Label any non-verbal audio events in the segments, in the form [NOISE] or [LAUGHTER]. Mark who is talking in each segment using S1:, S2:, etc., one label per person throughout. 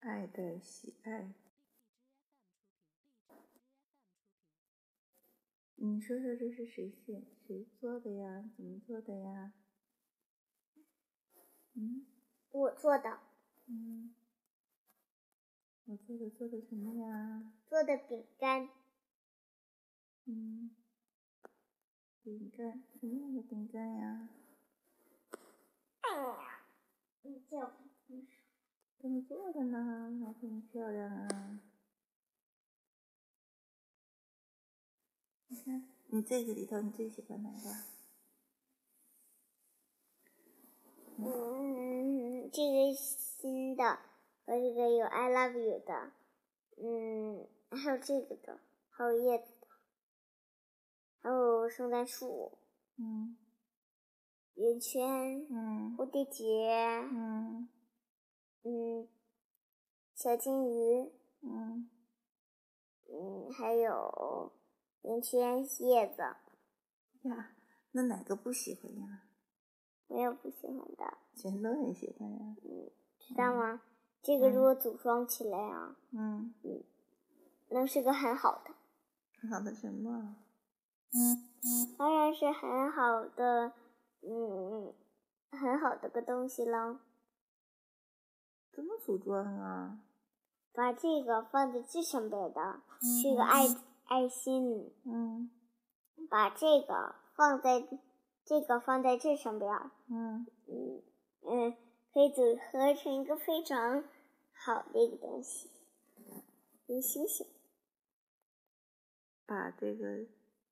S1: 爱的喜爱。你说说这是谁写谁做的呀？怎么做的呀？嗯
S2: 我做的，
S1: 嗯，我做的做的什么呀？
S2: 做的饼干，
S1: 嗯，饼干什么样的饼干呀？
S2: 你叫我听说
S1: 怎么做的呢？还这么漂亮啊！你看，你这个里头你最喜欢哪个？
S2: 嗯，这个新的和这个有 I love you 的，嗯，还有这个的，还有叶子的，还有圣诞树、
S1: 嗯
S2: 圆圈、
S1: 嗯
S2: 蝴蝶结，
S1: 嗯
S2: 嗯，小金鱼，
S1: 嗯
S2: 嗯，还有圆圈、叶子，
S1: 呀，那哪个不喜欢呀？
S2: 没有不喜欢的，
S1: 全都很喜欢呀。
S2: 知道吗？这个
S1: 嗯
S2: 如果组装起来啊，
S1: 嗯，
S2: 能是个很好的。
S1: 很好的啊什么？
S2: 当然是很好的，嗯，很好的个东西喽。
S1: 怎么组装啊？
S2: 把这个放在最上边的是一个爱爱心，
S1: 嗯
S2: 把这个放在这个放在这上边儿，
S1: 嗯
S2: 嗯嗯，可以组合成一个非常好的一个东西，一个星星。
S1: 把这个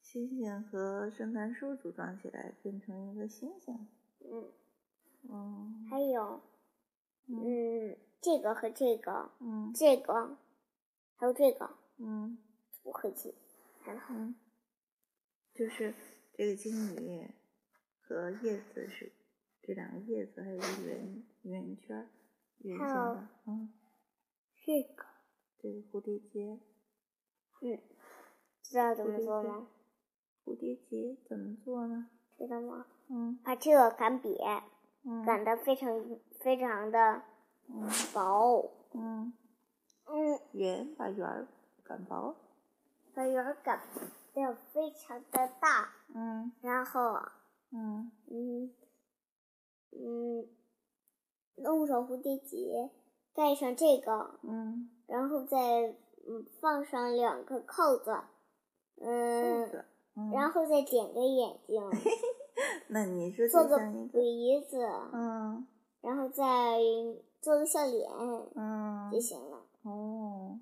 S1: 星星和圣诞树组装起来，变成一个星星。
S2: 嗯，
S1: 嗯
S2: 还有，嗯，这个和这个，
S1: 嗯
S2: 这个，还有这个
S1: 嗯
S2: 组合起来很好。
S1: 嗯，就是这个金鱼和叶子是这两个叶子，还有一个圆圆圈儿圆形
S2: 还有
S1: 的，嗯，
S2: 这个，
S1: 这个蝴蝶结，
S2: 嗯，知道怎
S1: 蝴
S2: 么
S1: 蝶
S2: 做
S1: 结
S2: 吗？，
S1: 蝴蝶结怎么做呢？
S2: 知道吗？
S1: 嗯
S2: 把这个擀瘪，
S1: 嗯
S2: 擀得非常非常的
S1: 嗯
S2: 薄，
S1: 嗯，
S2: 嗯，
S1: 圆把圆儿擀薄，
S2: 把圆儿擀得非常的大，
S1: 嗯
S2: 然后啊，
S1: 嗯
S2: 嗯嗯，弄上蝴蝶结，盖上这个，
S1: 嗯，
S2: 然后再嗯放上两个扣子，
S1: 兔
S2: 嗯，
S1: 子，嗯，
S2: 然后再点个眼睛，
S1: 那你说
S2: 做
S1: [LAUGHS] 就
S2: 个
S1: 像一个，
S2: 鼻子，
S1: 嗯
S2: 然后再做个笑脸
S1: 嗯
S2: 就，行了。
S1: 哦，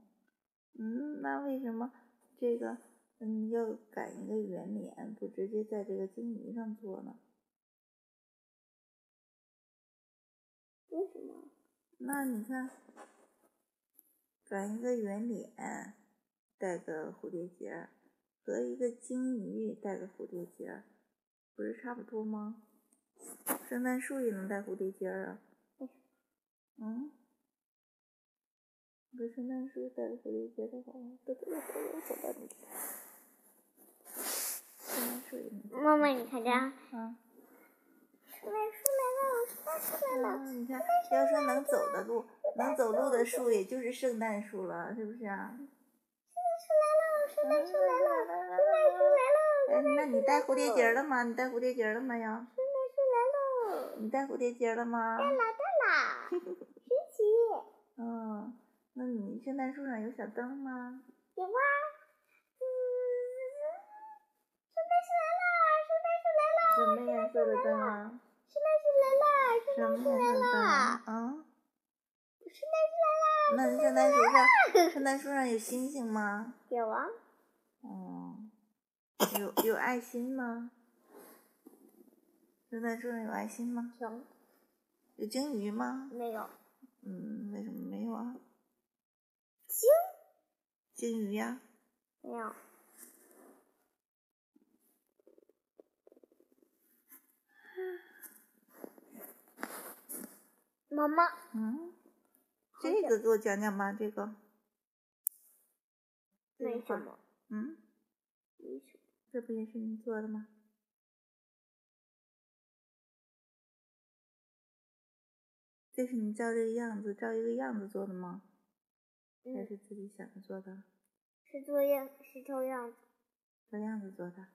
S1: 嗯，那为什么这个嗯要擀一个圆脸，不直接在这个金鱼上做呢？
S2: 为什么？
S1: 那你看，擀一个圆脸，带个蝴蝶结儿，和一个金鱼带个蝴蝶结儿，不是差不多吗？圣诞树也能带蝴蝶结儿啊。嗯，个圣诞树带个蝴蝶结的话，这这这这这这，圣诞树也能带
S2: 妈妈，你看这，
S1: 啊。
S2: 圣诞树来了，圣诞树来了。
S1: 嗯，你看，要说能走的路，能走路的树也就是圣诞树了，是不是啊？圣诞树来了，圣诞树来了，圣诞树来了。哎，那你带蝴蝶结儿了吗？你带蝴蝶结儿了吗？呀，
S2: 圣
S1: [LAUGHS]
S2: 诞树来了，
S1: 你带蝴蝶结儿了吗？
S2: 啦，神奇，
S1: 嗯，那你圣诞树上有小灯吗？
S2: 有吗？嗯，圣诞树来了，圣诞树来了，
S1: 什么颜色的灯啊？
S2: 圣诞树来了，圣
S1: 什么颜色的灯啊？嗯，
S2: 圣诞
S1: 那圣诞树上，圣诞树上有星星吗？
S2: 树来了。有啊，
S1: 嗯，有有爱心吗？圣诞树上有爱心吗？
S2: 有
S1: 有鲸鱼吗？
S2: 没有？
S1: 嗯，为什么没有啊？
S2: 鲸
S1: 鲸鱼呀、
S2: 没有，妈妈，
S1: 嗯，这个给我讲讲吧，这个。这个
S2: 为
S1: 画
S2: 什？么？
S1: 嗯，
S2: 嗯为什么？
S1: 这不也是你做的吗？这是你照这个样子，照一个样子做的吗？还
S2: 嗯，
S1: 是自己想着做的？
S2: 是做样，是照样子。
S1: 照样子做的。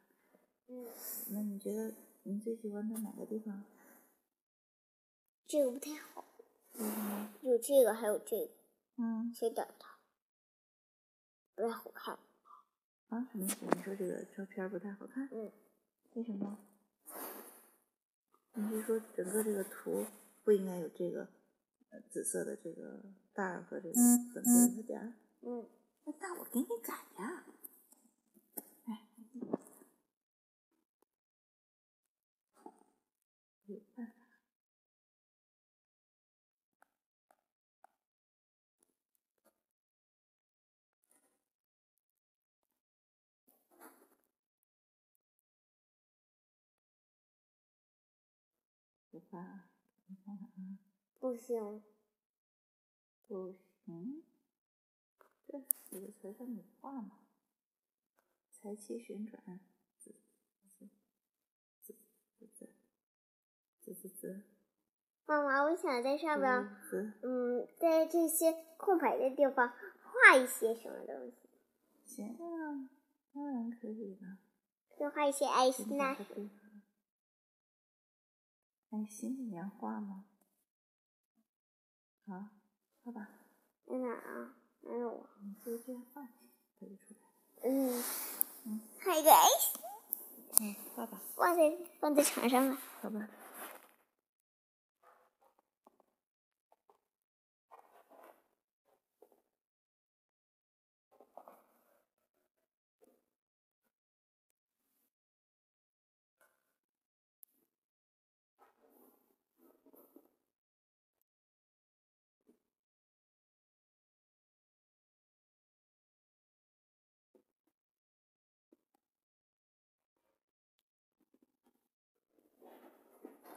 S2: 嗯，
S1: 那你觉得你最喜欢它哪个地方？
S2: 这个不太好，
S1: 嗯
S2: 有这个还有这个，
S1: 嗯
S2: 谁打它？不太好看。
S1: 啊，什么意思？你说这个照片不太好看？
S2: 嗯，
S1: 为什么？你是说整个这个图不应该有这个呃紫色的这个带儿和这个粉色的小点儿？
S2: 嗯，
S1: 那那我给你改呀。哎，有办法。我发，你看看啊，
S2: 不行，
S1: 不行，这几个词儿上有画吗？裁切旋转，滋滋滋滋滋滋滋滋，
S2: 妈妈，我想在上边，
S1: 滋，
S2: 嗯，在这些空白的地方画一些什么东西，
S1: 行啊，当然可以了。
S2: 就画一些爱
S1: 给
S2: 心
S1: 你
S2: 呐
S1: 找、个地方哎，行，你要画吗？好，画吧，
S2: 在哪儿啊？哪有啊？
S1: 你就这样画，它就出来了。
S2: 嗯，还有一个爱心
S1: 嗯，画吧，
S2: 放在放在墙上吧。
S1: 好吧。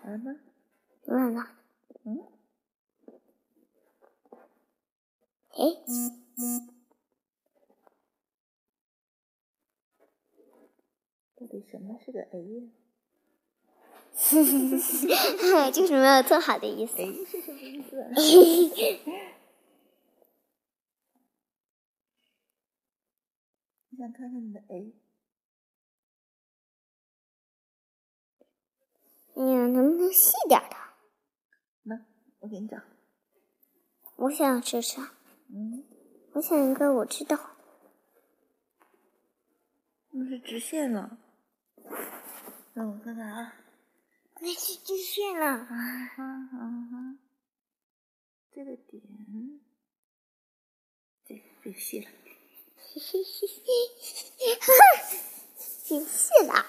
S1: 完了吗？
S2: 完了。
S1: 嗯，
S2: [LAUGHS] 哎，
S1: 到底什么是个 A 呀？
S2: 就是没有做好的意思。
S1: [LAUGHS] A 是什么意思啊？我想看看你的 A，
S2: 哎呀，能不能细点儿的？啊
S1: 那我给你找。
S2: 我想吃啥？
S1: 嗯，
S2: 我想一个我知道。
S1: 那是直线了。让我看看啊。
S2: 那是支线了。
S1: 啊哈啊哈，这个点，这个这个细了。
S2: [LAUGHS] 支线了。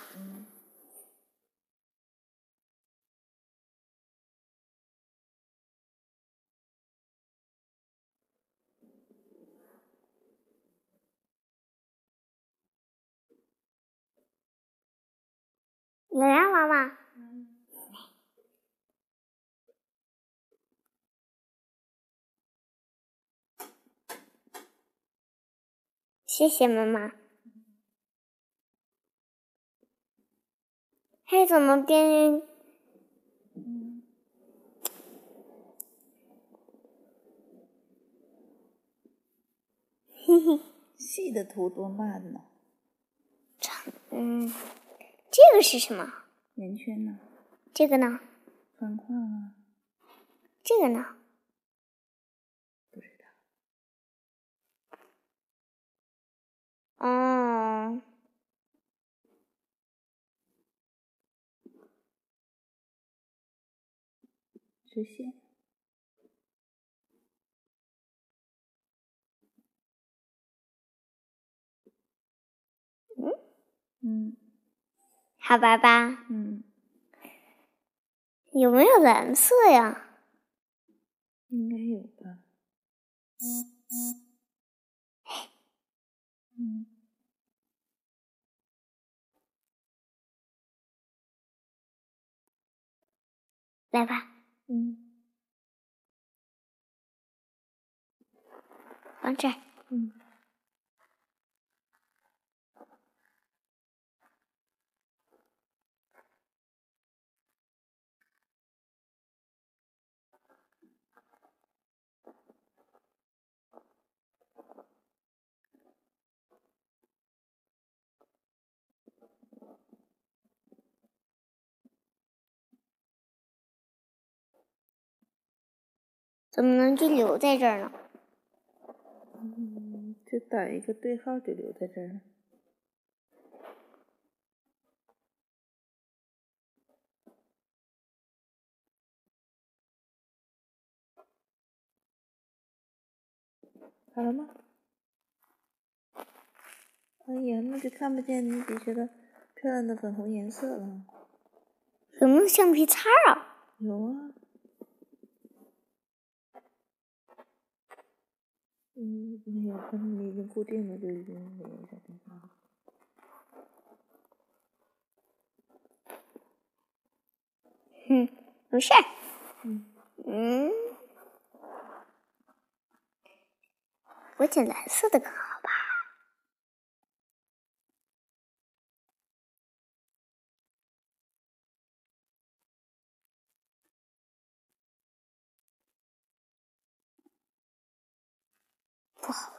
S2: 有呀，妈妈。
S1: 嗯，
S2: 谢谢妈妈。还怎么变？
S1: 嗯
S2: 嘿嘿，
S1: 细的图多慢呢，
S2: 嗯，这个是什么？
S1: 圆圈呢，
S2: 这个呢？
S1: 方框啊，
S2: 这个呢？
S1: 不知道。
S2: 哦，
S1: 直线。嗯
S2: 好玩吧？
S1: 嗯
S2: 有没有蓝色呀？
S1: 应该有吧。嗯，
S2: 来吧，
S1: 嗯
S2: 往这儿。
S1: 嗯，
S2: 怎么能就留在这儿呢？
S1: 嗯，就打一个对号就留在这儿了。好了吗？哎呀，那就看不见你底下的漂亮的粉红颜色了。
S2: 有没有橡皮擦啊？
S1: 有啊。嗯，没有，但是你已经固定了，就已经没有小地方了。
S2: 哼，没事儿。
S1: 嗯，
S2: 嗯，我捡蓝色的更好吧？不好，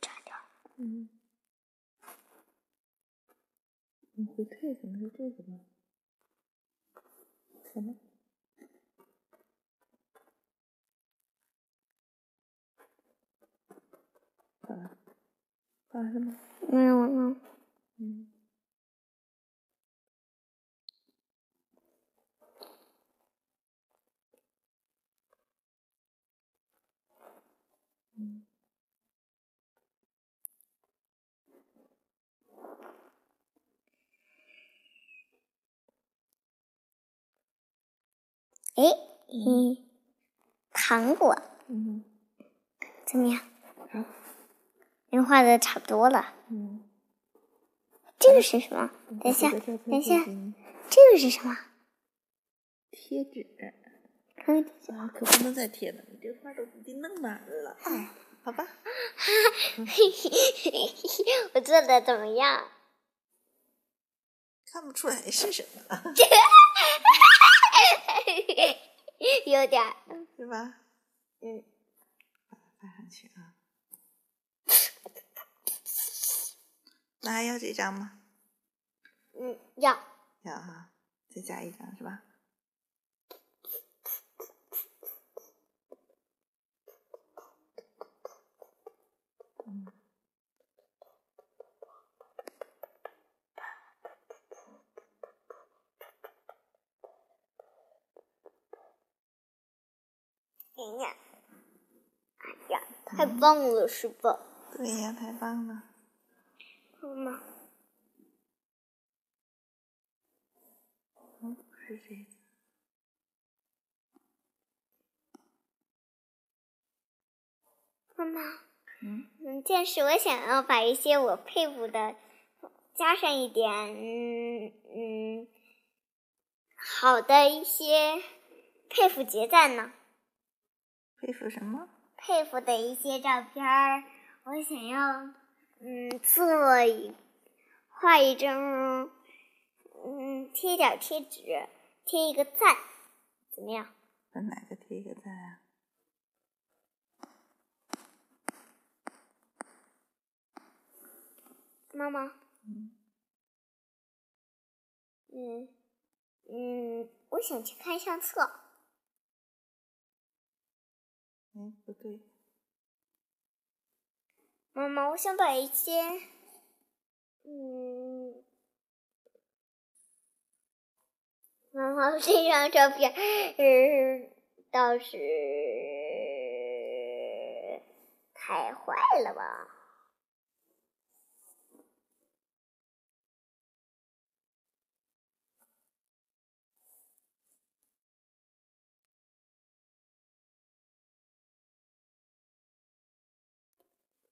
S2: 差点儿。
S1: 嗯，你嗯回退可能是这个吧？什么？好了，好了吗？
S2: 嗯嗯。
S1: 嗯，
S2: 哎，嗯，糖果
S1: 嗯，
S2: 怎么样？
S1: 好，
S2: 嗯人画的差不多了。
S1: 嗯，
S2: 这个是什么？等一下，
S1: 我把这个
S2: 等一下
S1: 照片，给你
S2: 这个是什么？
S1: 贴纸
S2: 看看
S1: 啊，可不能再贴了，你这画都已经弄满了。哎，好吧，
S2: 嘿嘿嘿嘿我做的怎么样？ [LAUGHS]
S1: 看不出来是什么了，
S2: 有点儿，
S1: 是吧？
S2: 嗯，
S1: 放上去啊。那还要这张吗？
S2: 嗯，要
S1: 要啊，再加一张是吧？
S2: 哎呀，哎呀，太棒了，是吧？
S1: 对呀，太棒了！
S2: 好吗？
S1: 嗯，是这个。
S2: 妈妈，
S1: 嗯，
S2: 嗯，但是我想要把一些我佩服的加上一点，嗯嗯，好的一些佩服结赞呢，
S1: 佩服什么？
S2: 佩服的一些照片儿，我想要嗯做一画一张，嗯贴点儿贴纸，贴一个赞，怎么样？
S1: 把哪个贴一个赞啊？
S2: 妈妈，
S1: 嗯
S2: 嗯嗯，我想去看相册。
S1: 哎，不对，
S2: 妈妈，我想把一些，嗯，妈妈我这张照片，嗯，倒是太坏了吧？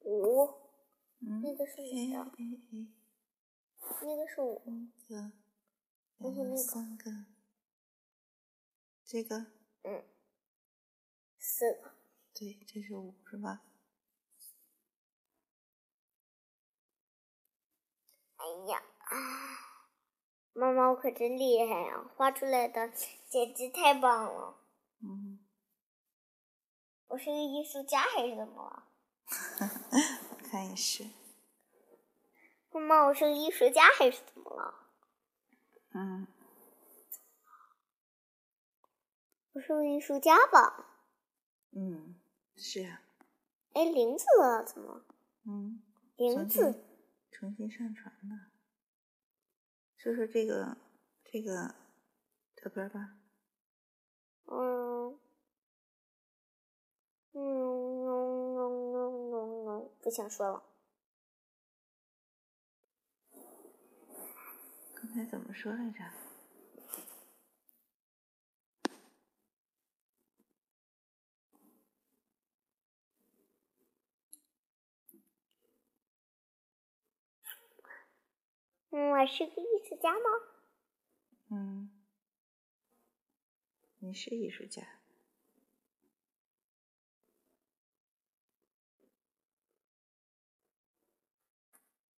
S2: 五、
S1: 嗯，
S2: 那个是你的
S1: 哎哎哎，
S2: 那个是我，
S1: 一个，
S2: 我
S1: 两
S2: 是
S1: 个，
S2: 那个
S1: 三个，这个
S2: 嗯，四个，
S1: 对，这是五是吧？
S2: 哎呀，啊妈妈，我可真厉害呀、画出来的简直太棒了！
S1: 嗯，
S2: 我是个艺术家还是怎么了？
S1: 我看也是。
S2: 妈妈，我是个艺术家还是怎么了？
S1: 嗯，
S2: 我是个艺术家吧？
S1: 嗯，是呀、
S2: 哎，林子呢？怎么？
S1: 嗯，
S2: 林
S1: 重
S2: 子
S1: 新重新上传吧。说说这个这个照片吧，
S2: 嗯，嗯嗯嗯嗯嗯嗯，不想说了。
S1: 刚才怎么说来着？
S2: 嗯，我是个艺术家吗？
S1: 嗯，你是艺术家，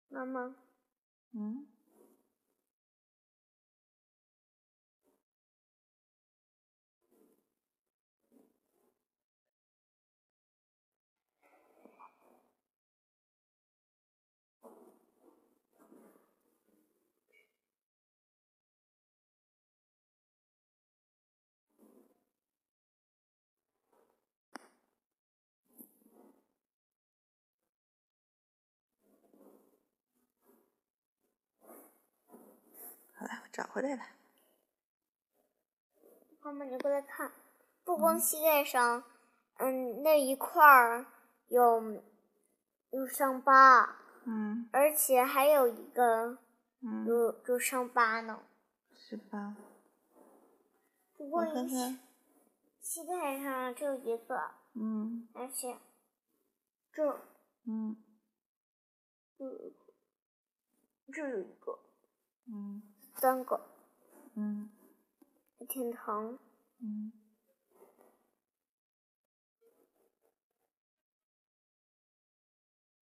S2: 妈妈，
S1: 嗯，好了，我找回来了。
S2: 妈妈你过来看，不光膝盖上，嗯，那一块儿有有伤疤，
S1: 嗯
S2: 而且还有一个
S1: 嗯，
S2: 有有伤疤呢。
S1: 是吧？
S2: 不
S1: 我
S2: 过
S1: 看看，
S2: 膝盖上只有一个，
S1: 嗯
S2: 而且这
S1: 嗯
S2: 嗯，这有一个，
S1: 嗯
S2: 三个，
S1: 嗯
S2: 还挺疼。
S1: 嗯，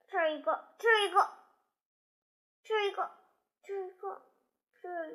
S2: 这儿一个，这儿一个，这儿一个，这儿一个，这儿